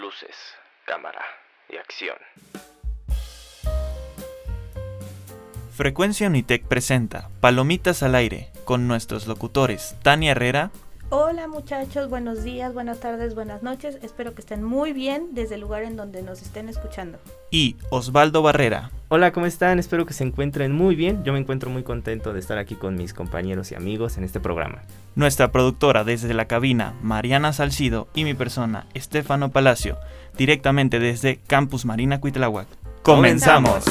Luces, cámara y acción. Frecuencia Unitec presenta Palomitas al aire con nuestros locutores Tania Herrera, Hola muchachos, buenos días, buenas tardes, buenas noches. Espero que estén muy bien desde el lugar en donde nos estén escuchando. y Osvaldo Barrera. Hola, ¿cómo están? Espero que se encuentren muy bien. Yo me encuentro muy contento de estar aquí con mis compañeros y amigos en este programa. Nuestra productora desde la cabina, Mariana Salcido, y mi persona, Estefano Palacio, directamente desde Campus Marina Cuitláhuac. ¡Comenzamos!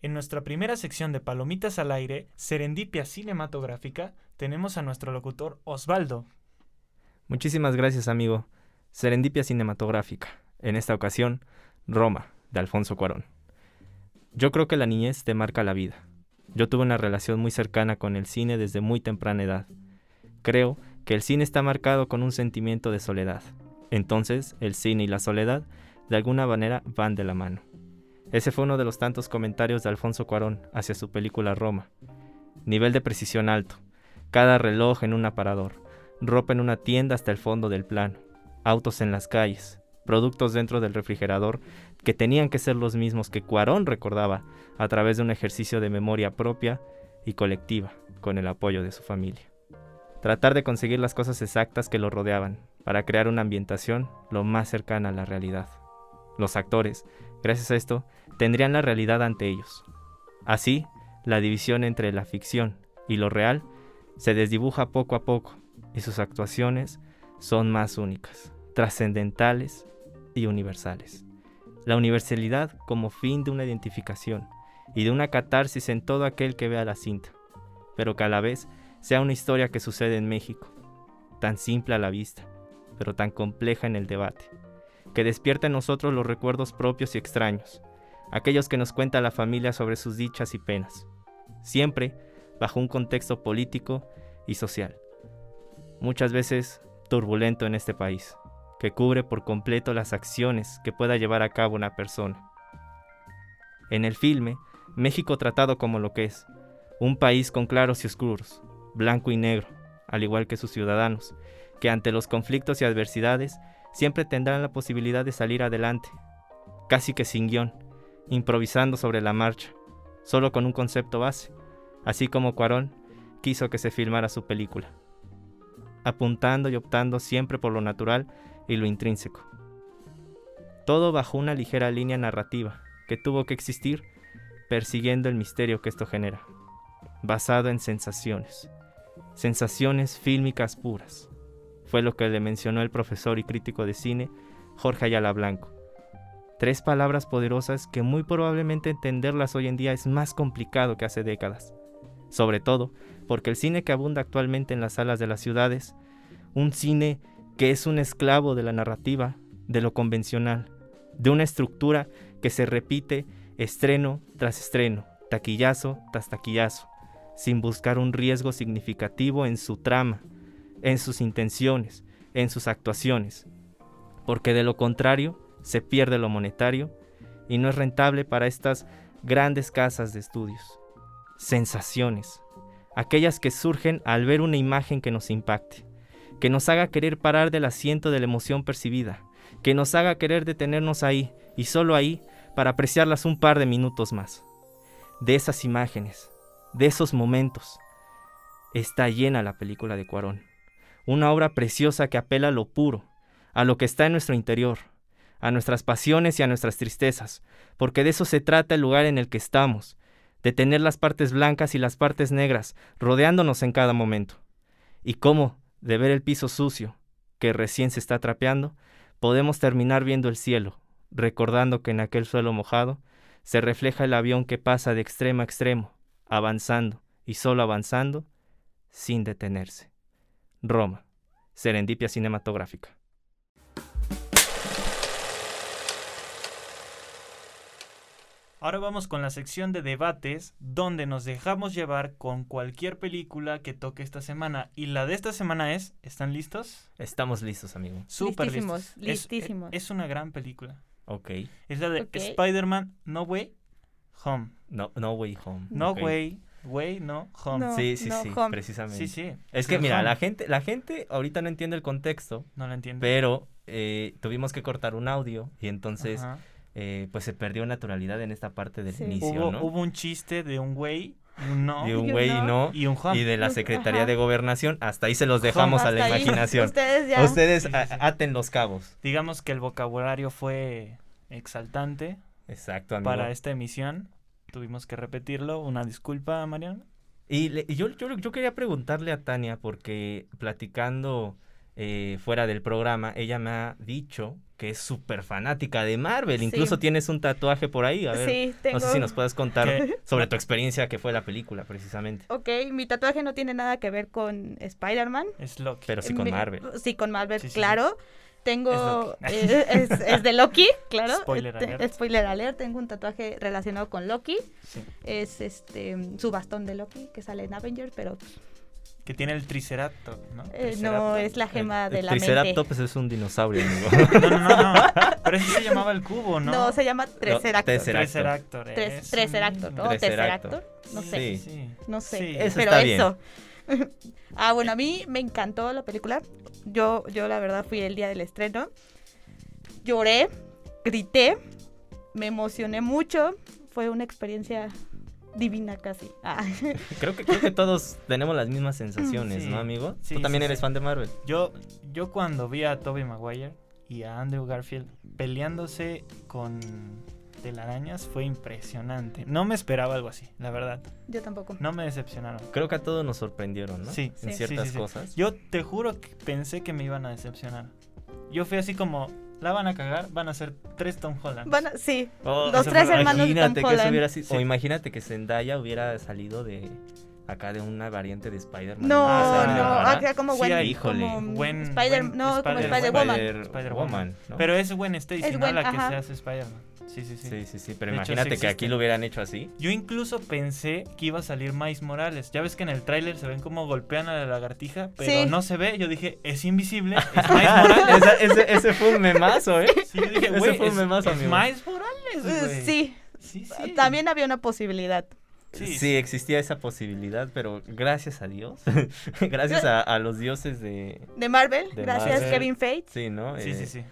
En nuestra primera sección de Palomitas al Aire, Serendipia Cinematográfica, tenemos a nuestro locutor Osvaldo. Muchísimas gracias, amigo. Serendipia cinematográfica. En esta ocasión, Roma, de Alfonso Cuarón. Yo creo que la niñez te marca la vida. Yo tuve una relación muy cercana con el cine desde muy temprana edad. Creo que el cine está marcado con un sentimiento de soledad. Entonces, el cine y la soledad, de alguna manera, van de la mano. Ese fue uno de los tantos comentarios de Alfonso Cuarón hacia su película Roma. Nivel de precisión alto. Cada reloj en un aparador ropa en una tienda hasta el fondo del plano, autos en las calles, productos dentro del refrigerador que tenían que ser los mismos que Cuarón recordaba a través de un ejercicio de memoria propia y colectiva con el apoyo de su familia. Tratar de conseguir las cosas exactas que lo rodeaban para crear una ambientación lo más cercana a la realidad. Los actores, gracias a esto, tendrían la realidad ante ellos. Así, la división entre la ficción y lo real se desdibuja poco a poco y sus actuaciones son más únicas, trascendentales y universales. La universalidad como fin de una identificación y de una catarsis en todo aquel que vea la cinta, pero que a la vez sea una historia que sucede en México, tan simple a la vista, pero tan compleja en el debate, que despierta en nosotros los recuerdos propios y extraños, aquellos que nos cuenta la familia sobre sus dichas y penas, siempre bajo un contexto político y social muchas veces turbulento en este país, que cubre por completo las acciones que pueda llevar a cabo una persona. En el filme, México tratado como lo que es, un país con claros y oscuros, blanco y negro, al igual que sus ciudadanos, que ante los conflictos y adversidades siempre tendrán la posibilidad de salir adelante, casi que sin guión, improvisando sobre la marcha, solo con un concepto base, así como Cuarón quiso que se filmara su película apuntando y optando siempre por lo natural y lo intrínseco. Todo bajo una ligera línea narrativa que tuvo que existir persiguiendo el misterio que esto genera, basado en sensaciones, sensaciones fílmicas puras. Fue lo que le mencionó el profesor y crítico de cine Jorge Ayala Blanco. Tres palabras poderosas que muy probablemente entenderlas hoy en día es más complicado que hace décadas sobre todo porque el cine que abunda actualmente en las salas de las ciudades, un cine que es un esclavo de la narrativa, de lo convencional, de una estructura que se repite estreno tras estreno, taquillazo tras taquillazo, sin buscar un riesgo significativo en su trama, en sus intenciones, en sus actuaciones, porque de lo contrario se pierde lo monetario y no es rentable para estas grandes casas de estudios sensaciones, aquellas que surgen al ver una imagen que nos impacte, que nos haga querer parar del asiento de la emoción percibida, que nos haga querer detenernos ahí y solo ahí para apreciarlas un par de minutos más. De esas imágenes, de esos momentos, está llena la película de Cuarón, una obra preciosa que apela a lo puro, a lo que está en nuestro interior, a nuestras pasiones y a nuestras tristezas, porque de eso se trata el lugar en el que estamos, de tener las partes blancas y las partes negras rodeándonos en cada momento. Y cómo, de ver el piso sucio, que recién se está trapeando, podemos terminar viendo el cielo, recordando que en aquel suelo mojado se refleja el avión que pasa de extremo a extremo, avanzando y solo avanzando, sin detenerse. Roma, Serendipia Cinematográfica. Ahora vamos con la sección de debates, donde nos dejamos llevar con cualquier película que toque esta semana. Y la de esta semana es, ¿están listos? Estamos listos, amigo. Súper Listísimos, listos. Es- listísimos. Es, una gran película. Ok. Es la de Ok. Spider-Man No Way Home. No, no Way Home. No Ok. Way Way, no, home. No, sí, sí, no, sí, home. precisamente. Sí, sí. Es que mira, la gente, la gente ahorita no entiende el contexto, No la entiendo. pero eh, tuvimos que cortar un audio y entonces Ajá. eh, pues se perdió naturalidad en esta parte del Sí. inicio, Hubo, ¿no? hubo un chiste de un güey y un no de un y un güey y no, no, y un home. y de la Ajá. Secretaría de Gobernación, hasta ahí se los dejamos a la Hasta ahí, imaginación. Ustedes ya. Ustedes Sí, sí, a- sí. aten los cabos. Digamos que el vocabulario fue exaltante Exacto, amigo. para esta emisión. Tuvimos que repetirlo. Una disculpa, Mariana. Y, le- y yo, yo, yo quería preguntarle a Tania, porque platicando eh, fuera del programa, ella me ha dicho que es súper fanática de Marvel. Sí. Incluso tienes un tatuaje por ahí. A ver, sí, tengo. no sé si nos puedes contar ¿Qué? sobre tu experiencia que fue la película, precisamente. Ok, mi tatuaje no tiene nada que ver con Spider-Man. Es Loki. Pero sí con Mi- Marvel. Sí, con Marvel, Sí, sí, sí. claro. Tengo. Es Loki. eh, Es, es de Loki, claro. Spoiler Este, alert. Spoiler alert. Tengo un tatuaje relacionado con Loki. Sí. Es este su bastón de Loki que sale en Avengers, pero Que tiene el triceratops, ¿no? eh, no Triceratops. es la gema El- de el la mente. Triceratops es un dinosaurio, amigo. No, no, no, no. Pero ese se llamaba el cubo, ¿no? No, se llama Treceractor. Tesseract. Triceractor. Tres- ese Treceractor, mismo. ¿no? Treceractor. Tesseractor, No Sí. sé. Sí, sí. No sé. Sí. Eso pero está bien. eso. ah, bueno, a mí me encantó la película. Yo, yo la verdad fui el día del estreno. Lloré, grité, me emocioné mucho. Fue una experiencia divina casi. Ah, creo, que, creo que todos tenemos las mismas sensaciones, Sí. ¿no, amigo? Sí, Tú también sí, eres sí. fan de Marvel. Yo, yo cuando vi a Tobey Maguire y a Andrew Garfield peleándose con telarañas fue impresionante. No me esperaba algo así, la verdad. yo tampoco. No me decepcionaron. Creo que a todos nos sorprendieron, ¿no? Sí, En Sí. ciertas sí, sí. cosas. Yo te juro que pensé que me iban a decepcionar. Yo fui así como, la van a cagar, van a ser tres Tom Holland. Bueno, sí. Oh, Los eso tres fue- hermanos de Tom imagínate que eso Holland. hubiera sido- Sí. O imagínate que Zendaya hubiera salido de acá de una variante de Spider-Man. No, Ah, no, ¿verdad? acá como Sí, Gwen- ahí, híjole. como Gwen- Spider, Gwen- no, como Spider- Spider-Woman. Spider-Woman. ¿no? Pero es Gwen Stacy, Es ¿no? Gwen, la que ajá. se hace Spider-Man. Sí, sí, sí. sí, sí, sí. Pero De hecho, sí imagínate que aquí existe. lo hubieran hecho así. Yo incluso pensé que iba a salir Miles Morales. Ya ves que en el tráiler se ven como golpean a la lagartija, pero Sí. no se ve. Yo dije, es invisible, es Miles Morales. Esa- ese, ese fue un memazo, ¿eh? Sí, yo dije, Ese güey, fue un es, memazo, es amigo. Miles Morales, güey. Eh, Sí, sí, sí. también había una posibilidad. Sí. Sí. existía esa posibilidad, pero gracias a Dios, gracias a, a los dioses de... De Marvel, De gracias Marvel. Kevin Feige. Sí, ¿no? Sí, Eh, sí, sí.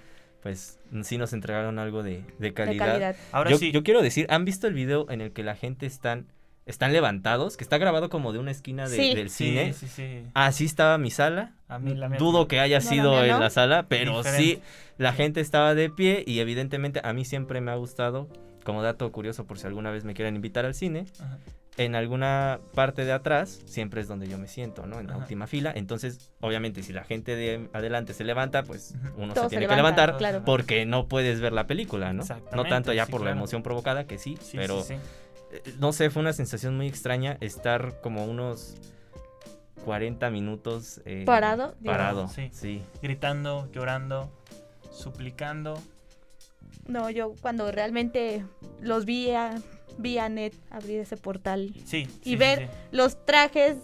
Pues sí nos entregaron algo de, de De calidad. calidad. Ahora yo, sí. yo quiero decir, ¿han visto el video en el que la gente están, están levantados? Que está grabado como de una esquina de- Sí. del sí, cine. Sí, sí. Así estaba mi sala. A mí la mía Dudo no. que haya No, la sido mía en no. la sala, pero sí, Diferente. la gente estaba de pie y evidentemente a mí siempre me ha gustado, como dato curioso por si alguna vez me quieren invitar al cine, Ajá. en alguna parte de atrás siempre es donde yo me siento, ¿no? En la Ajá. última fila. Entonces, obviamente, si la gente de adelante se levanta, pues Ujú. uno Todos se se tiene que levantan, levantar claro. porque no puedes ver la película, ¿no? No Exactamente, tanto ya sí, por la claro. emoción provocada, que sí, Sí, pero sí, sí. eh, no sé, fue una sensación muy extraña estar como unos 40 minutos eh, Parado, digamos. Parado, sí. Sí. Gritando, llorando, suplicando. No, yo cuando realmente los vi a, vi a Ned abrir ese portal Sí. sí, y sí, ver sí. los trajes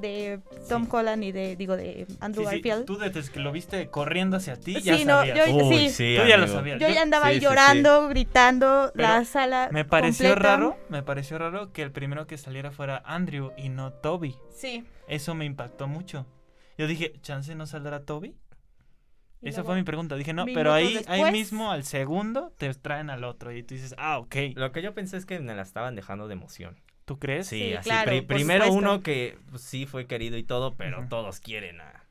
de Tom Sí. Holland y de, digo, de Andrew Sí, sí, Garfield. Tú desde que lo viste corriendo hacia ti, ya Sí, no, sabías. yo- Uy, sí. sí, Tú ya lo amigo. sabías. yo ya andaba Sí, ahí sí, llorando, gritando, Pero la sala. Oh. Me pareció completa. raro, me pareció raro que el primero que saliera fuera Andrew y no Toby. Sí. Eso me impactó mucho. Yo dije, ¿chance no saldrá Toby? y Esa luego- fue mi pregunta. Dije, no, minutos pero ahí, ahí después. mismo al segundo te traen al otro y tú dices, ah, ok. Lo que yo pensé es que me la estaban dejando de emoción. ¿Tú crees? Sí, Sí, así. claro, pri- por primero supuesto. uno que pues, sí fue querido y todo, pero Ujú. todos quieren a,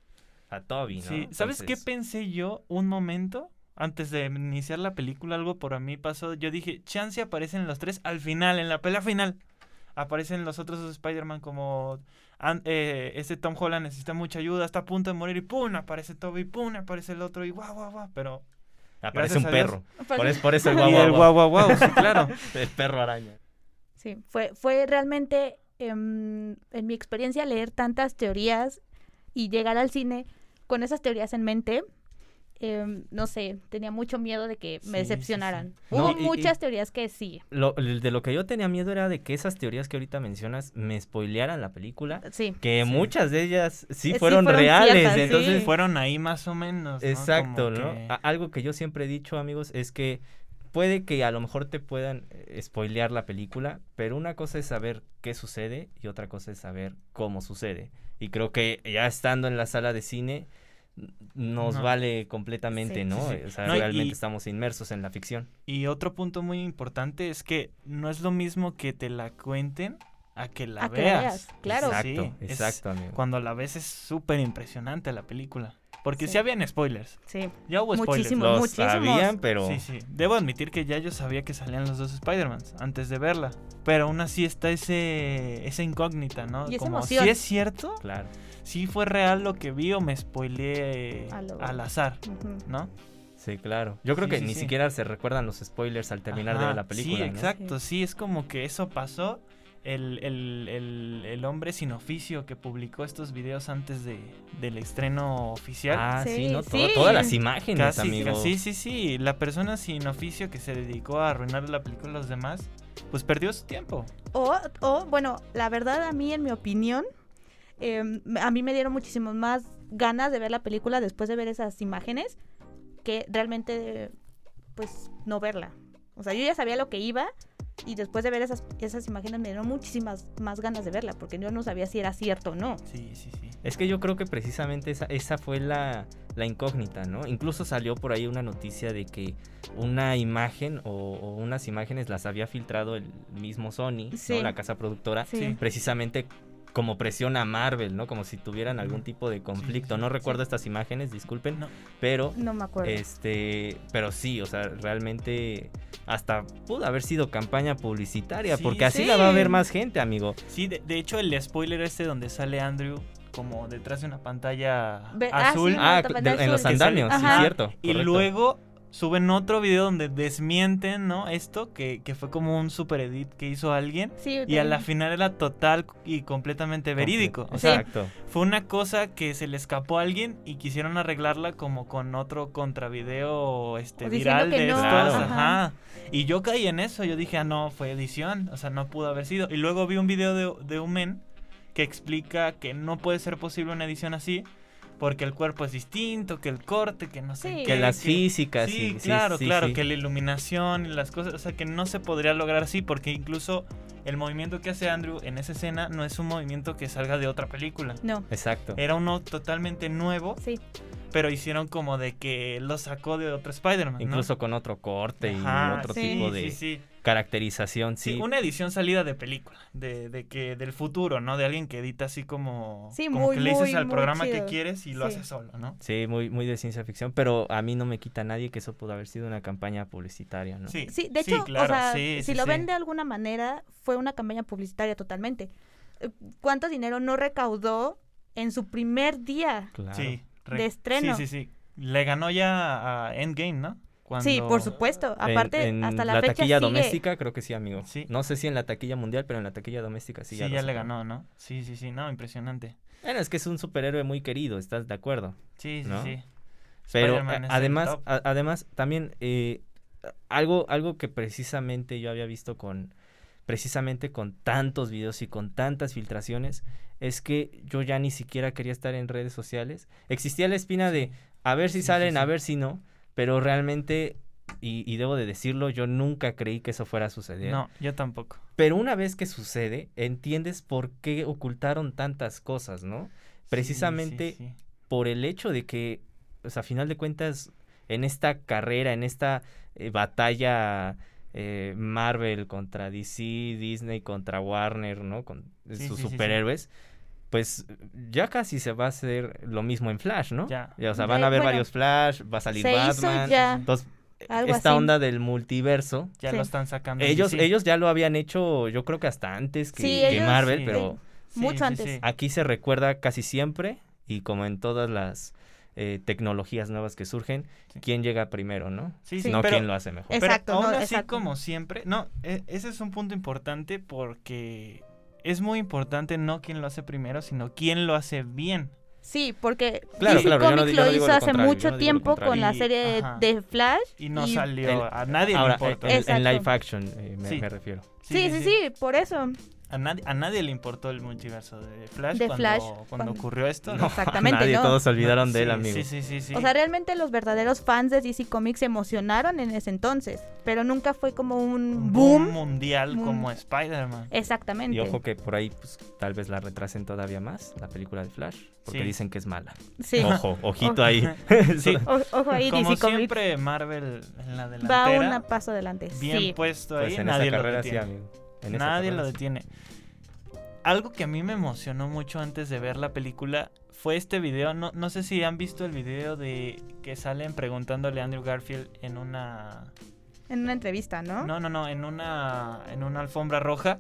a Toby, ¿no? Sí, ¿sabes Entonces, qué pensé yo un momento? Antes de iniciar la película, algo por a mí pasó. Yo dije, chance aparecen los tres al final, en la pelea final. Aparecen los otros dos Spider-Man como... an- eh, este Tom Holland necesita mucha ayuda, está a punto de morir y ¡pum! Aparece Toby, ¡pum! Aparece el otro y ¡guau, guau, guau! Pero... Gracias Aparece un a Dios. perro. Pues, Por eso, por eso el Y guau, el guau, guau, guau. guau, guau, sí, claro. El perro araña. Sí, fue, fue realmente, em, en mi experiencia, leer tantas teorías y llegar al cine con esas teorías en mente. em, no sé, tenía mucho miedo de que Sí, sí, me sí. decepcionaran. No, Hubo y- y- muchas teorías que sí, Lo- el de lo que yo tenía miedo era de que esas teorías que ahorita mencionas me spoilearan la película. sí. Que Sí. Eh, muchas de ellas Sí, sí fueron, fueron reales. ciertas, sí. entonces, Fueron ahí más o menos. ¿no? Ah. Exacto, Como ¿no? que- A- Algo que yo siempre he dicho, amigos, es que puede que a lo mejor te puedan eh, spoilear la película, pero una cosa es saber qué sucede y otra cosa es saber cómo sucede. Y creo que ya estando en la sala de cine n- nos No. vale completamente, Sí. ¿no? Sí, sí. O sea, No, y- realmente y- estamos inmersos en la ficción. Y otro punto muy importante es que no es lo mismo que te la cuenten a que la A que la veas. veas, claro. Exacto, Sí, es- exacto, amigo. Cuando la ves es súper impresionante la película. Porque Sí. sí habían spoilers. Sí. Ya hubo spoilers. Muchísimo. Lo muchísimos. sabían, pero Sí, sí. Debo admitir que ya yo sabía que salían los dos Spider-Mans antes de verla. Pero aún así está ese, esa incógnita, ¿no? Y esa Como, emoción. ¿sí es cierto? claro. ¿Sí fue real lo que vi o me spoileé A lo- al azar? ujú. ¿no? Sí, claro. Yo creo Sí, que sí, ni sí. siquiera se recuerdan los spoilers al terminar de Ajá, ver la película. Sí, ¿no? exacto, sí, es como que eso pasó. El, el- el- el hombre sin oficio que publicó estos videos antes de, del estreno oficial. Ah, sí, Sí, ¿no? sí. Todo- todas las imágenes, casi, amigo. casi, sí, sí. La persona sin oficio que se dedicó a arruinar la película a los demás, pues perdió su tiempo. O, o, bueno, la verdad a mí, en mi opinión, em, a mí me dieron muchísimas más ganas de ver la película después de ver esas imágenes que realmente, pues, no verla. O sea, yo ya sabía lo que iba y después de ver esas, esas imágenes me dieron muchísimas más ganas de verla porque yo no sabía si era cierto o no. Sí, sí, sí. Es que yo creo que precisamente esa, esa fue la, la incógnita, ¿no? Incluso salió por ahí una noticia de que una imagen o, o unas imágenes las había filtrado el mismo Sony, Sí. ¿no? La casa productora, Sí. precisamente como presión a Marvel, ¿no? Como si tuvieran algún Ujú. tipo de conflicto. sí, no recuerdo estas imágenes, disculpen, No. pero... No me acuerdo. Este, pero sí, o sea, realmente hasta pudo haber sido campaña publicitaria, Sí, porque así la va a ver sí. más gente, amigo. Sí, de, de hecho, el spoiler este donde sale Andrew como detrás de una pantalla Ve- ah, sí, azul. En Ah, la cl- pantalla de- en los azul. andamios, sí, Ajá. cierto. Y correcto. luego suben otro video donde desmienten, ¿no? Esto que, que fue como un super edit que hizo alguien. Sí, Y a la de- final era total y completamente verídico. O Sí. sea, Exacto. fue una cosa que se le escapó a alguien y quisieron arreglarla como con otro contravideo este, O diciendo viral que de no, estos, Claro. ajá. ajá. Y yo caí en eso. Yo dije, ah, no, fue edición. O sea, no pudo haber sido. Y luego vi un video de, de un men que explica que no puede ser posible una edición así. Porque el cuerpo es distinto, que el corte, que no sé Sí. qué, Que las que- físicas. Sí, sí, sí, claro, sí, claro, sí. que la iluminación y las cosas, o sea, que no se podría lograr así porque incluso el movimiento que hace Andrew en esa escena no es un movimiento que salga de otra película. No, Exacto. Era uno totalmente nuevo, sí. pero hicieron como de que lo sacó de otro Spider-Man. ¿no? Incluso con otro corte Ajá, y otro sí, tipo de Sí, sí. caracterización, sí. Sí, una edición salida de película, de, de que del futuro, ¿no? De alguien que edita así como, Sí, como muy, que le dices muy, al muy programa que chido. quieres y lo Sí. hace solo, ¿no? Sí, muy, muy de ciencia ficción, pero a mí no me quita nadie que eso pudo haber sido una campaña publicitaria, ¿no? Sí, Sí, de sí, hecho, o claro, sea, sí, si sí, lo sí. ven de alguna manera, fue una campaña publicitaria totalmente. Eh, ¿Cuánto dinero no recaudó en su primer día? Claro. Sí, re- De estreno. Sí, sí, sí. Le ganó ya a Endgame, ¿no? Sí, por Cuando- supuesto. En- Aparte, en hasta la, la fecha sigue. taquilla doméstica, creo que sí, amigo. Sí. No sé si en la taquilla mundial, pero en la taquilla doméstica sí. Sí, lo ya le superó. ganó, ¿no? Sí, sí, sí, no, impresionante. Bueno, es que es un superhéroe muy querido, ¿estás de acuerdo? Sí, sí, ¿No? sí. Pero Spider-Man a- es el además, top. a- además también eh, algo, algo que precisamente yo había visto con precisamente con tantos videos y con tantas filtraciones es que yo ya ni siquiera quería estar en redes sociales. Existía la espina de a ver si Sí, sí, salen, a sí. ver si no, pero realmente y, y debo de decirlo, yo nunca creí que eso fuera a suceder. No, yo tampoco. Pero una vez que sucede, entiendes por qué ocultaron tantas cosas, ¿no? Precisamente Sí, sí, sí. por el hecho de que, o sea, a final de cuentas, en esta carrera, en esta eh, batalla eh, Marvel contra DC, Disney contra Warner, ¿no? Con eh, Sí, sus sí, sí, sí. superhéroes, pues ya casi se va a hacer lo mismo en Flash, ¿no? Ya. o sea, Ya, van a haber bueno, varios Flash, va a salir Se Batman. hizo ya. Entonces, eh, algo esta así. onda del multiverso. Ya Sí. lo están sacando. en Ellos, DC. ellos ya lo habían hecho, yo creo que hasta antes que, Sí, que ellos- Marvel, Sí. pero... Sí, mucho sí, antes. sí. Aquí se recuerda casi siempre y como en todas las eh, tecnologías nuevas que surgen, Sí. quién llega primero, ¿no? Sí, sí, no pero- quién lo hace mejor. Es- Pero Exacto, aún no, así, exacto. como siempre, no, e- ese es un punto importante porque es muy importante no quién lo hace primero, sino quién lo hace bien. Sí, porque Claro, DC claro, yo no Comics di- yo no lo digo hizo lo hace contrario, yo mucho no digo lo tiempo con la contrario. serie Y- ajá. de Flash. Y no Y- salió, El- a nadie Ahora, eh, le importa. en- en Exacto. live action eh, me, Sí. me refiero. Sí sí, sí, por eso. A nadie, a nadie le importó el multiverso de Flash, De cuando, Flash, cuando cuando- ocurrió esto. No, Exactamente, Nadie, no. todos se olvidaron de él, Sí, amigo. Sí, sí, sí. sí. O sea, realmente los verdaderos fans de DC Comics se emocionaron en ese entonces, pero nunca fue como un un boom. boom mundial Boom. Eh, como Spider-Man. Exactamente. Y ojo que por ahí pues, tal vez la retrasen todavía más, la película de Flash, porque Sí. dicen que es mala. Sí. Ojo, ojito Ojo. ahí. Sí. O- ojo ahí, Como DC Comics siempre, Marvel en la va delantera. un paso adelante. bien sí. puesto ahí, Pues en nadie esa lo carrera sí, detiene. amigo. En esa Nadie carrera lo sí. detiene. Algo que a mí me emocionó mucho antes de ver la película fue este video. No, no sé si han visto el video de que salen preguntándole a Andrew Garfield en una. En una entrevista, ¿no? No, no, no, en una. en una alfombra roja.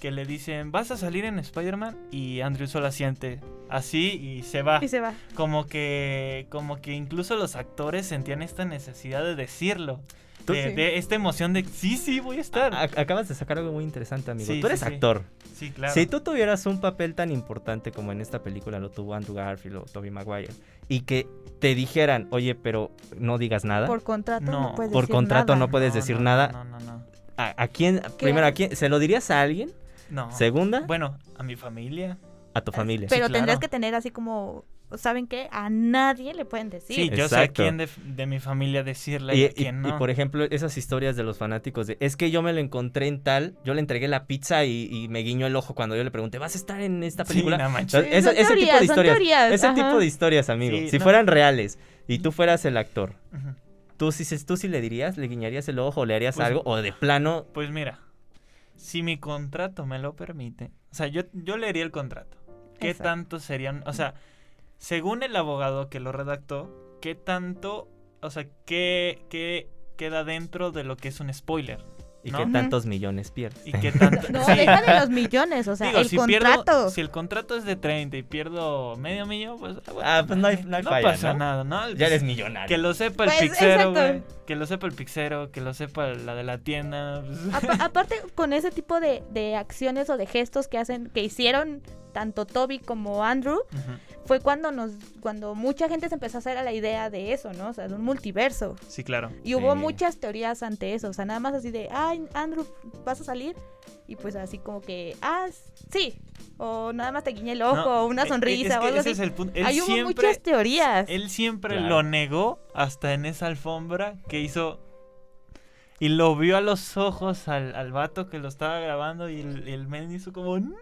Que le dicen, ¿vas a salir en Spider-Man? Y Andrew solo asiente así y se va. Y se va. Como que. Como que incluso los actores sentían esta necesidad de decirlo. Tú- De, Sí. de esta emoción de sí, sí, voy a estar. A- Acabas de sacar algo muy interesante, amigo. Sí, tú sí, eres sí. actor. sí, claro. Si tú tuvieras un papel tan importante como en esta película lo tuvo Andrew Garfield o Tobey Maguire y que te dijeran, oye, pero no digas nada, Por contrato no, No, puedes ¿Ah? por decir contrato nada. no puedes decir nada. No, no, no. ¿a, a quién? Primero, ¿a quién? ¿Se lo dirías a alguien? No. Segunda, Ah. Bueno, a mi familia. a tu familia. Pero Sí, tendrías claro. que tener así como, ¿saben qué? A nadie le pueden decir. Sí, yo sé a Exacto. quién de, de mi familia decirle y, Y, a y- quién y no. por ejemplo, esas historias de los fanáticos de es que yo me lo encontré en tal, yo le entregué la pizza y, y me guiñó el ojo cuando yo le pregunté, ¿vas a estar en esta Sí, película? no O manches. sea, Sí, esa- son Eh, ese tipo teorías, de son historias. teorías, Ese ajá. tipo de historias, amigo. Sí, si no. fueran reales y tú fueras el actor, Ujú. ¿tú sí, se- tú sí le dirías, le guiñarías el ojo, le harías Pues- algo? O de plano, Pues mira, si mi contrato me lo permite, o sea, yo, yo leería el contrato. ¿Qué Exacto. tanto serían? O sea, según el abogado que lo redactó, ¿qué tanto, o sea, qué, qué queda dentro de lo que es un spoiler? ¿y ¿No? qué Ujú. tantos millones pierdes? ¿Y qué tanto? No, Sí. deja de los millones, o sea, Digo, el si, contrato. pierdo, si el contrato es de 30 y pierdo medio millón, pues, ah, bueno, Ah, pues no hay- no hay falla, pasa ¿no? nada, ¿no? Ya eres Que millonario. lo sepa el Pues, pixero, güey. exacto. Que lo sepa el pixero, que lo sepa la de la tienda. pues. Apa- aparte, con ese tipo de, de acciones o de gestos que hacen, que hicieron tanto Toby como Andrew, Ujú. fue cuando nos, cuando mucha gente se empezó a hacer a la idea de eso, ¿no? O sea, de un multiverso. Sí, claro. Y hubo Sí. muchas teorías ante eso, o sea, nada más así de, ay, Andrew, ¿vas a salir? Y pues así como que, ah, sí, o nada más te guiñé el ojo, No, o una e- e- sonrisa, es o que algo ese así. es el punto. Él Ahí hubo siempre, muchas teorías. él siempre Claro. lo negó hasta en esa alfombra que hizo. Y lo vio a los ojos al, al vato que lo estaba grabando y el, el men hizo como... "No".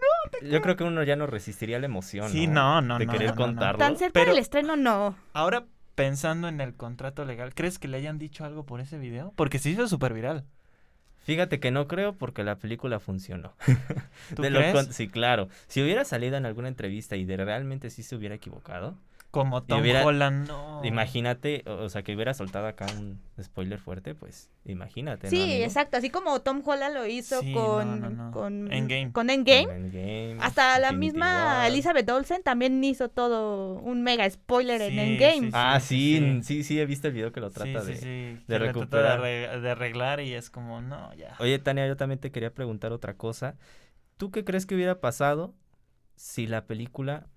Yo creo que uno ya no resistiría la emoción. Sí, no, no, De no, querer no, no, no. contarlo. Tan cerca pero- del estreno, no. Ahora, pensando en el contrato legal, ¿crees que le hayan dicho algo por ese video? Porque se hizo súper viral. Fíjate que no creo porque la película funcionó. ¿Tú De lo crees? con- sí, claro. Si hubiera salido en alguna entrevista y de realmente sí se hubiera equivocado, Como Tom hubiera- Holland, no. Imagínate, o o sea, que hubiera soltado acá un spoiler fuerte, pues imagínate. ¿no, Sí, amigo? exacto, así como Tom Holland lo hizo Sí, con, no, no, no. con Endgame. con Con Endgame. Endgame, Hasta la Infinity misma War. Elizabeth Olsen también hizo todo un mega spoiler en Sí, Endgame. Ah, Sí, sí, sí. sí, sí, he visto el video que lo trata sí, de. sí, sí, de que le trata recuperar. De, arreg- de arreglar y es como, no, ya. Oye, Tania, yo también te quería preguntar otra cosa. ¿Tú qué crees que hubiera pasado si la película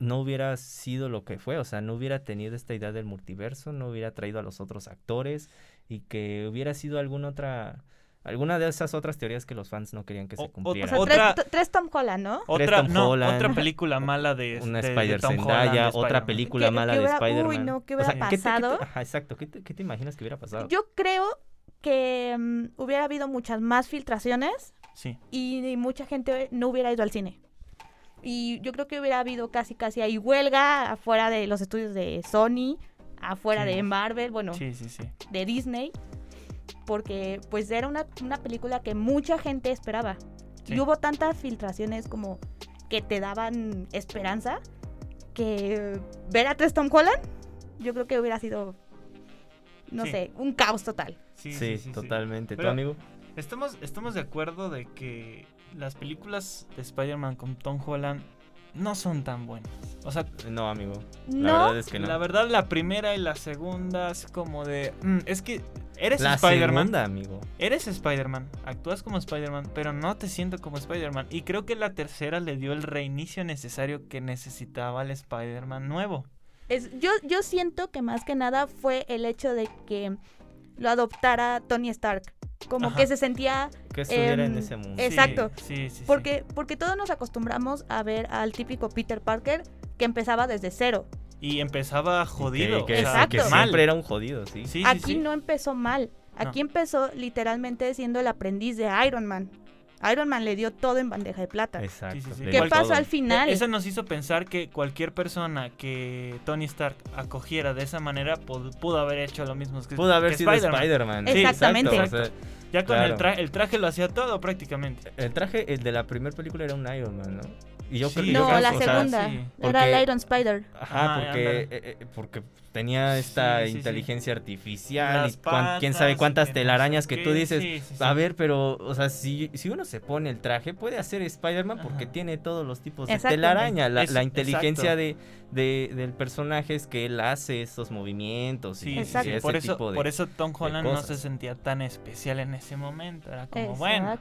no hubiera sido lo que fue? O sea, no hubiera tenido esta idea del multiverso, no hubiera traído a los otros actores y que hubiera sido alguna otra. Alguna de esas otras teorías que los fans no querían que O- se otra- O cumplieran. sea, Otra- tres, tres Tom Holland, ¿no? Otra, Tom no, Holland, otra película mala de, este, una de- de Spider Tom Holland, de Zendaya, otra Spider-Man. película ¿Qué- mala qué de hubiera- Spider-Man. uy, no, ¿qué O hubiera sea, te- pasado? te, ajá, exacto, ¿qué te, qué te imaginas que hubiera pasado? Yo creo que mm, hubiera habido muchas más filtraciones Sí, y, mucha gente no hubiera ido al cine. Y yo creo que hubiera habido casi casi ahí huelga afuera de los estudios de Sony, afuera Sí. de Marvel, bueno, sí, sí, sí. de Disney, porque pues era una, una película que mucha gente esperaba. Sí. Y hubo tantas filtraciones como que te daban esperanza que ver a tres Tom Holland, yo creo que hubiera sido, no Sí. sé, un caos total. Sí, sí, sí, sí, sí. totalmente. ¿Tu Pero- amigo? Estamos, estamos de acuerdo de que las películas de Spider-Man con Tom Holland no son tan buenas. O sea, No, amigo. La no, verdad es que no. la verdad, la primera y la segunda es como de... "Mm, es que eres La Spider-Man. segunda, amigo. Eres Spider-Man, actúas como Spider-Man, pero no te siento como Spider-Man. Y creo que la tercera le dio el reinicio necesario que necesitaba el Spider-Man nuevo. es- yo, yo siento que más que nada fue el hecho de que lo adoptara Tony Stark. Como Ajá. que se sentía que estuviera en Em, ese mundo. Sí, Exacto. Sí, sí, sí. Porque, porque todos nos acostumbramos a ver al típico Peter Parker que empezaba desde cero. Y empezaba jodido. Que, que- o sea, que Exacto. mal. siempre era un jodido, sí. Sí, sí, Aquí sí. no empezó mal. Aquí empezó literalmente siendo el aprendiz de Iron Man. Iron Man le dio todo en bandeja de plata. Exacto. Sí, sí, sí. le ¿Qué dio Este, Igual pasó todo. al final? E-, Eso nos hizo pensar que cualquier persona que Tony Stark acogiera de esa manera pod- pudo haber hecho lo mismo que, Pudo haber que sido Spider-Man. Spider-Man. Sí, Exactamente. exacto, o sea, Ya con el, Claro. traje, el traje lo hacía todo prácticamente. el traje el de la primera película era un Iron Man, ¿no? Y yo Sí. creo- yo no, creo- la o sea, segunda. sí, Era porque- el Iron Spider. Ajá, Ah, porque, ándale. eh, eh, porque tenía esta Sí, sí, sí. inteligencia artificial Las y cuan- quién sabe patas, cuántas que no telarañas sé que qué, tú dices. sí, sí, sí. A ver, pero, o sea, si, si uno se pone el traje, puede hacer Spider-Man porque Ajá. tiene todos los tipos de Exactamente. telaraña. La, Es- la exacto. inteligencia de, de- del personaje es que él hace estos movimientos y, Sí, y sí, sí, Exacto. ese Por, eso, tipo de... por eso Tom Holland no se cosas. sentía tan especial en ese momento. Era como, Exacto. bueno,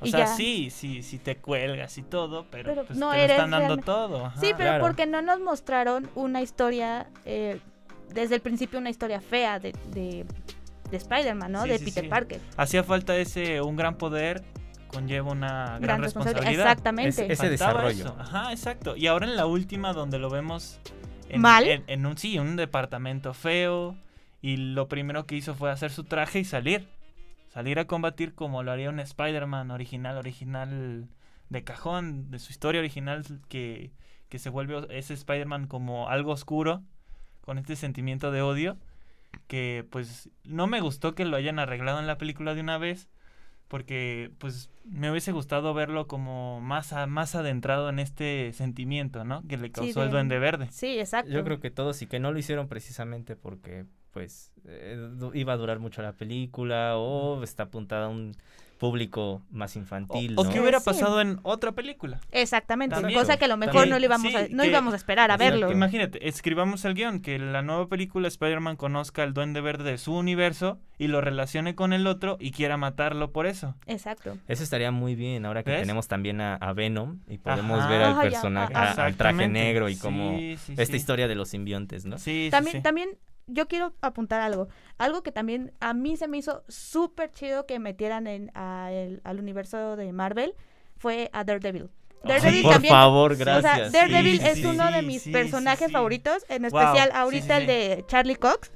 o Y sea, ya. sí, sí, sí te cuelgas y todo, pero, Pero pues, no te lo eres están dando real- todo. ajá. Sí, pero claro. porque no nos mostraron una historia, eh, desde el principio una historia fea de, de, de Spider-Man, ¿no? Sí, de sí, Peter sí. Parker. Hacía falta ese, un gran poder conlleva una gran, responsabilidad. Exactamente. Es- Ese Faltaba desarrollo. eso, Ajá, exacto. Y ahora en la última, donde lo vemos en, Mal. en- en un sí, en un departamento feo. Y lo primero que hizo fue hacer su traje y salir. Salir a combatir como lo haría un Spider-Man original, original de cajón, de su historia original, que, que se vuelve ese Spider-Man como algo oscuro, con este sentimiento de odio. Que pues no me gustó que lo hayan arreglado en la película de una vez porque pues me hubiese gustado verlo como más, a- más adentrado en este sentimiento, ¿no? Que le causó el de- duende verde. Sí, exacto. Yo creo que todos y que no lo hicieron precisamente porque pues eh, du- iba a durar mucho la película o está apuntada a un público más O, infantil. o ¿no? que hubiera Sí. pasado en otra película. Exactamente. También. Cosa que a lo mejor También. no le íbamos Sí, a, no que- íbamos a esperar a Exacto. verlo. Claro. Imagínate, escribamos el guión, que la nueva película Spider-Man conozca al duende verde de su universo y lo relacione con el otro y quiera matarlo por eso. Exacto. Eso estaría muy bien ahora que ¿Ves? tenemos también a, a Venom y podemos Ajá. ver al Ajá, ya, personaje, ajá. a- al traje Exactamente. negro y Sí, como sí, sí. esta historia de los simbiontes, ¿no? Sí, sí, También, sí. también yo quiero apuntar algo. Algo que también a mí se me hizo súper chido que metieran en, a el- al universo de Marvel fue a Daredevil. Daredevil Sí, por también. favor, O sea, gracias. Daredevil sí, es sí, uno de sí, mis sí, personajes sí, sí. favoritos, en Wow, especial sí, ahorita sí, sí. el de Charlie Cox.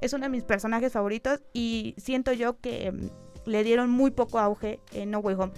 Es uno de mis personajes favoritos y siento yo que mm, le dieron muy poco auge en No Way Home.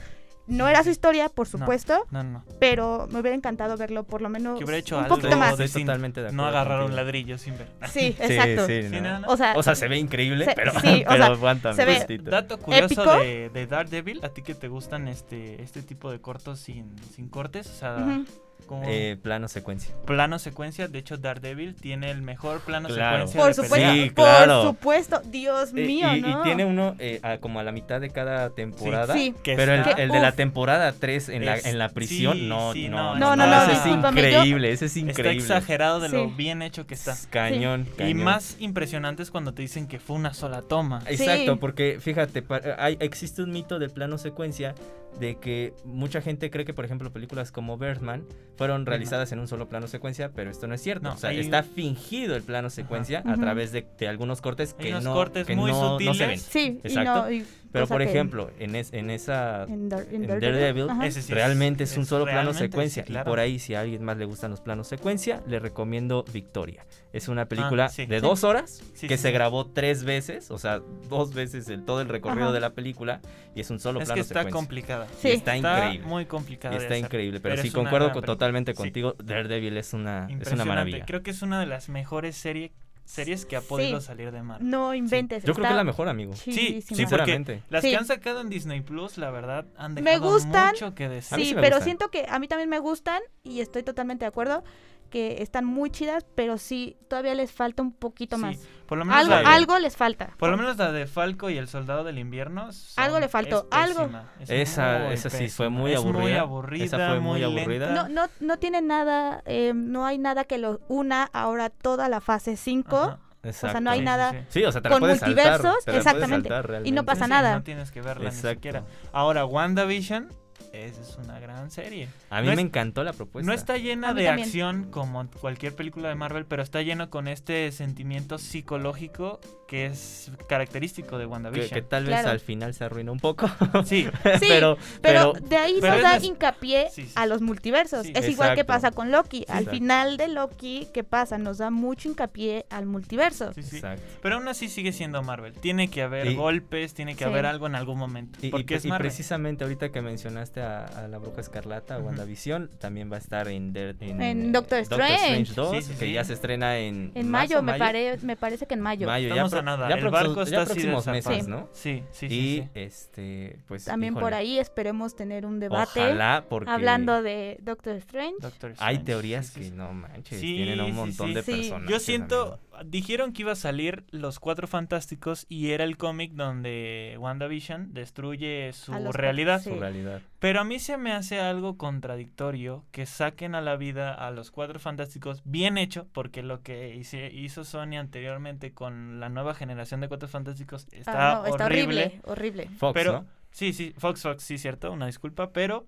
No era su historia, por No. supuesto, No, no, pero me hubiera encantado verlo por lo menos Que hubiera hecho un algo poquito más. de- Estoy totalmente de no acuerdo agarraron un contigo. ladrillo sin ver. Sí, Sí, exacto. sí, Sí, ¿no? no, no. O sea, O sea, se ve increíble, se- pero, sí, o pero sea, aguántame se ve- tantito. Dato curioso Épico. de, de Daredevil, a ti que te gustan este, este tipo de cortos sin, sin cortes, o sea, Ujú. como Eh, plano secuencia. plano secuencia. De hecho, Daredevil tiene el mejor plano Claro. secuencia. Por de supuesto, pelea. Sí, claro. por supuesto, Dios Eh, mío, y, y ¿no? tiene uno eh, a- como a la mitad de cada temporada. Sí. Que Pero el, está- Que- el de la uf. temporada 3 en, la, Es- en la prisión, sí, no, sí, no, no, no, no, ese es discúlpame, yo- increíble, ese es está increíble. exagerado de lo Sí. bien hecho que está. Cañón, Y cañón. más impresionante es cuando te dicen que fue una sola toma. Exacto, Sí. porque fíjate, pa- eh, hay- existe un mito del plano secuencia de que mucha gente cree que, por ejemplo, películas como Birdman fueron realizadas en un solo plano secuencia, pero esto no es cierto. No, o sea, hay- está fingido el plano secuencia a Ujú. través de, de algunos cortes Hay que unos no, cortes que muy no- no se ven. sutiles. Sí, y Exacto. no, y Pero, cosa por que en- ejemplo, en, es- en esa en, Dar- en en Daredevil, Daredevil, ajá. Ese sí realmente es, un solo plano realmente, secuencia. sí, claro. Y por ahí, si a alguien más le gustan los planos secuencia, le recomiendo Victoria. Es una película Ah, sí. de Sí. dos horas Sí, que sí, se sí. grabó tres veces, o sea, dos veces el, todo el recorrido Ajá. de la película y es un solo Es que plano está secuencia. complicada. Y Sí. Está increíble. muy complicada. y de está hacer. increíble, pero, pero sí es una concuerdo gran con- película. totalmente Sí. contigo. Daredevil es una, es una Impresionante. maravilla. Creo que es una de las mejores serie- series que ha Sí. Mm, podido salir de Marvel. No inventes. Yo creo que está es la mejor, amigo. Sí, sí, chidísima. porque Sinceramente. las Sí. que han sacado en Disney Plus, la verdad, han Me dejado gustan, mucho que A mí decir. Sí, sí me pero gustan. siento que a mí también me gustan y estoy totalmente de acuerdo que están muy chidas, pero sí, todavía les falta un poquito Sí, más. Por lo menos Algo, la de, algo les falta. Por lo menos la de Falco y el Soldado del Invierno. son- Algo le faltó, es algo. pésima, es Esa- muy esa sí fue pésima, muy es Muy aburrida, aburrida. esa fue muy lenta. aburrida. No, no, no tiene nada, eh, no hay nada que los una ahora toda la fase 5 Ajá. Exacto. no hay Sí, sí, nada. sí. Sí, o sea, te la Con puedes saltar. multiversos, te la puedes exactamente. saltar Y no realmente. pasa Sí, nada. No tienes que verla ni Exacto. siquiera. Ahora, WandaVision Esa es una gran serie. A mí No me es- encantó la propuesta. No está llena A mí de también. acción como cualquier película de Marvel, pero está lleno con este sentimiento psicológico que es característico de que, WandaVision. que tal vez Claro. al final se arruinó un poco. Sí, Sí, pero, Pero, pero, de ahí pero se es da más- hincapié Sí, sí, a sí. los multiversos. Sí. es igual que Exacto. pasa con Loki. al Exacto. final de Loki, ¿qué pasa? Nos da mucho hincapié al multiverso. sí, sí. Exacto. Pero aún así sigue siendo Marvel. Tiene que haber Y- golpes, tiene que Sí. haber algo en algún momento. Y, y porque pre- es y Marvel. precisamente ahorita que mencionaste a, a la Bruja Escarlata, Ujú. WandaVision, también va a estar en, Dare- En eh, Doctor Strange. 2, Sí, sí, que sí. ya se estrena en En mayo, marzo, me, pare- me parece que en mayo. Mayo, ya Estamos pro- a nada, ya el proxi- barco ya está así próximos dezarpado. meses, Sí. ¿no? Sí, sí, y sí. sí. este, pues También por híjole, ahí esperemos tener un debate Ojalá porque hablando de Doctor Strange. Ah, Doctor hay Strange, teorías sí, sí, que sí. no manches, Sí, tienen a un sí, montón sí. de Sí. personas. Yo siento, dijeron que iba a salir Los Cuatro Fantásticos y era el cómic donde WandaVision destruye su A los cuatro, realidad. sí. su realidad. Pero a mí se me hace algo contradictorio que saquen a la vida a los Cuatro Fantásticos bien hecho, porque lo que hice- hizo Sony anteriormente con la nueva generación de Cuatro Fantásticos está, Ah, no, está horrible. horrible, horrible. Fox, pero ¿no? sí, sí, Fox Fox, sí, cierto, una disculpa, pero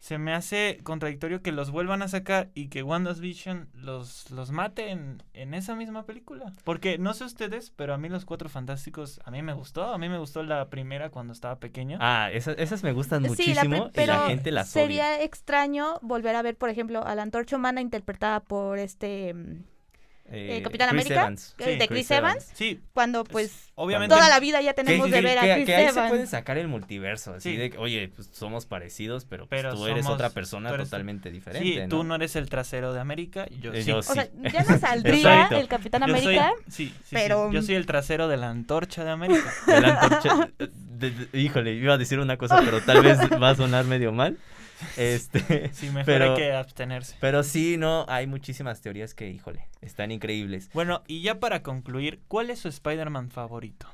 se me hace contradictorio que los vuelvan a sacar y que WandaVision los, los mate en, en esa misma película. Porque no sé ustedes, pero a mí los Cuatro Fantásticos, a mí me gustó, a mí me gustó la primera cuando estaba pequeño. Ah, esas, esas me gustan Sí, la pri- muchísimo y pero la gente las odia. sería extraño volver a ver, por ejemplo, a la Antorcha Humana interpretada por este mm, eh, Eh, Capitán Chris América Evans. eh, Sí, de Chris Evans, Sí, cuando pues obviamente. toda la vida ya tenemos que, de que- ver que- a Chris que ahí se pueden Evans. sacar el multiverso, así Sí. de que, oye, pues somos parecidos, pero, pues, Pero tú eres somos- otra persona tú eres- totalmente diferente. Sí, tú no eres el trasero de América, yo Eh, sí. yo Yo sí. O sea, ya no saldría Exacto. el Capitán soy- América. sí, sí, sí, pero- mm, Yo soy el trasero de la antorcha de América. De la antorcha- de- de- híjole, iba a decir una cosa, pero tal vez va a sonar medio mal. Este, Sí, mejor Pero- hay que abstenerse. pero sí, no, hay muchísimas teorías que, híjole, están increíbles. Bueno, y ya para concluir, ¿cuál es su Spider-Man favorito?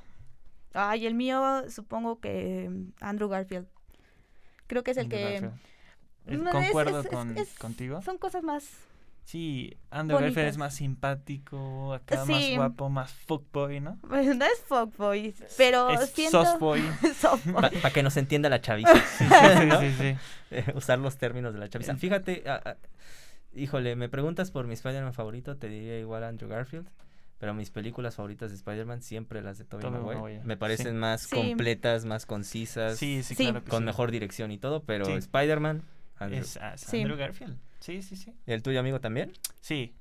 Ay, el mío supongo que mm, Andrew Garfield. Creo que es el Andrew que... Garfield. Es- no, es- concuerdo es- es- con- es- contigo. Son cosas más... Sí, Andrew Garfield Bonitas. es más simpático, acá Sí. más guapo, más fuckboy, ¿no? Bueno, no es fuckboy, pero es siento... softboy. softboy. Para que nos entienda la chaviza. Sí, ¿no? sí, sí. Eh, Usar los términos de la chaviza. Fíjate, ah, ah, híjole, me preguntas por mi Spider-Man favorito, te diría igual Andrew Garfield. Pero mis películas favoritas de Spider-Man siempre las de Tobey Tobey Maguire. Maguire, Me parecen sí. más Sí. completas, más concisas, Sí, sí, Sí. claro que con sí. mejor dirección y todo, pero Sí. Spider-Man, Andrew. Es, ah, es Sí. Andrew Garfield. Sí, sí, sí. ¿El tuyo amigo también? Sí,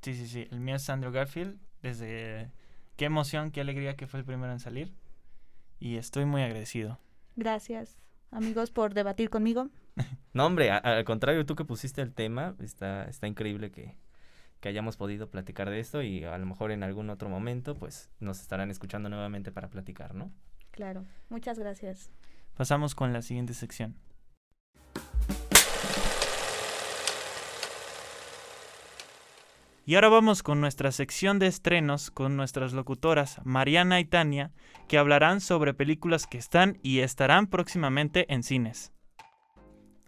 sí, sí, sí. El mío es Andrew Garfield. Desde qué emoción, qué alegría que fue el primero en salir. Y estoy muy agradecido. Gracias, amigos, por debatir conmigo. No, hombre, a- al contrario, tú que pusiste el tema, está, está increíble que, que hayamos podido platicar de esto y a lo mejor en algún otro momento, pues nos estarán escuchando nuevamente para platicar, ¿no? Claro, muchas gracias. Pasamos con la siguiente sección. Y ahora vamos con nuestra sección de estrenos con nuestras locutoras Mariana y Tania, que hablarán sobre películas que están y estarán próximamente en cines.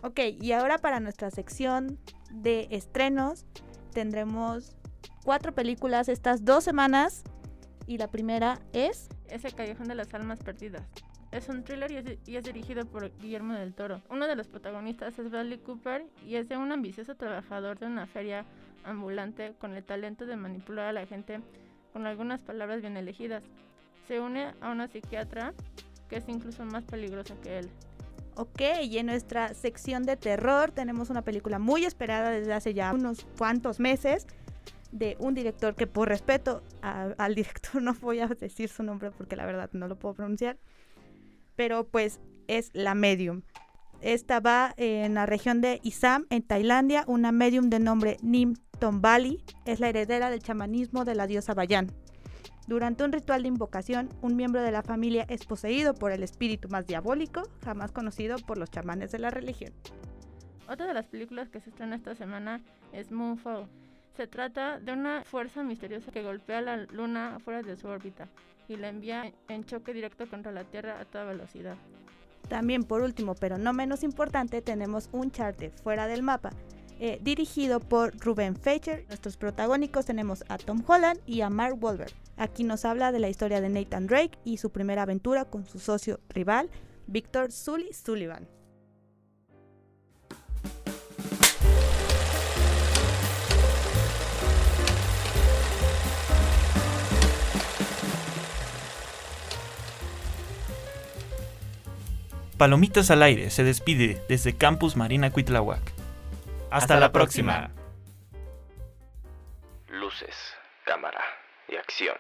Ok, y ahora para nuestra sección de estrenos tendremos cuatro películas estas dos semanas y la primera es... es El Callejón de las Almas Perdidas. Es un thriller y es, y es dirigido por Guillermo del Toro. Uno de los protagonistas es Bradley Cooper y es de un ambicioso trabajador de una feria ambulante con el talento de manipular a la gente con algunas palabras bien elegidas. Se une a una psiquiatra que es incluso más peligrosa que él. Ok, y en nuestra sección de terror tenemos una película muy esperada desde hace ya unos cuantos meses de un director que por respeto a- al director no voy a decir su nombre porque la verdad no lo puedo pronunciar, pero pues es La Medium. Esta va en la región de Isam, en Tailandia, una medium de nombre Nim Tombali es la heredera del chamanismo de la diosa Bayan. Durante un ritual de invocación, un miembro de la familia es poseído por el espíritu más diabólico jamás conocido por los chamanes de la religión. Otra de las películas que se estrena esta semana es Moonfall. Se trata de una fuerza misteriosa que golpea la luna fuera de su órbita y la envía en choque directo contra la Tierra a toda velocidad. También, por último, pero no menos importante, tenemos un charter fuera del mapa, eh, dirigido por Ruben Fleischer. Nuestros protagónicos tenemos a Tom Holland y a Mark Wahlberg. Aquí nos habla de la historia de Nathan Drake y su primera aventura con su socio rival, Victor Sully Sullivan. Palomitas al aire se despide desde Campus Marina Cuitlahuac. Hasta, la, próxima. Luces, cámara y acción.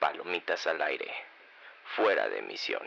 Palomitas al aire. Fuera de misión.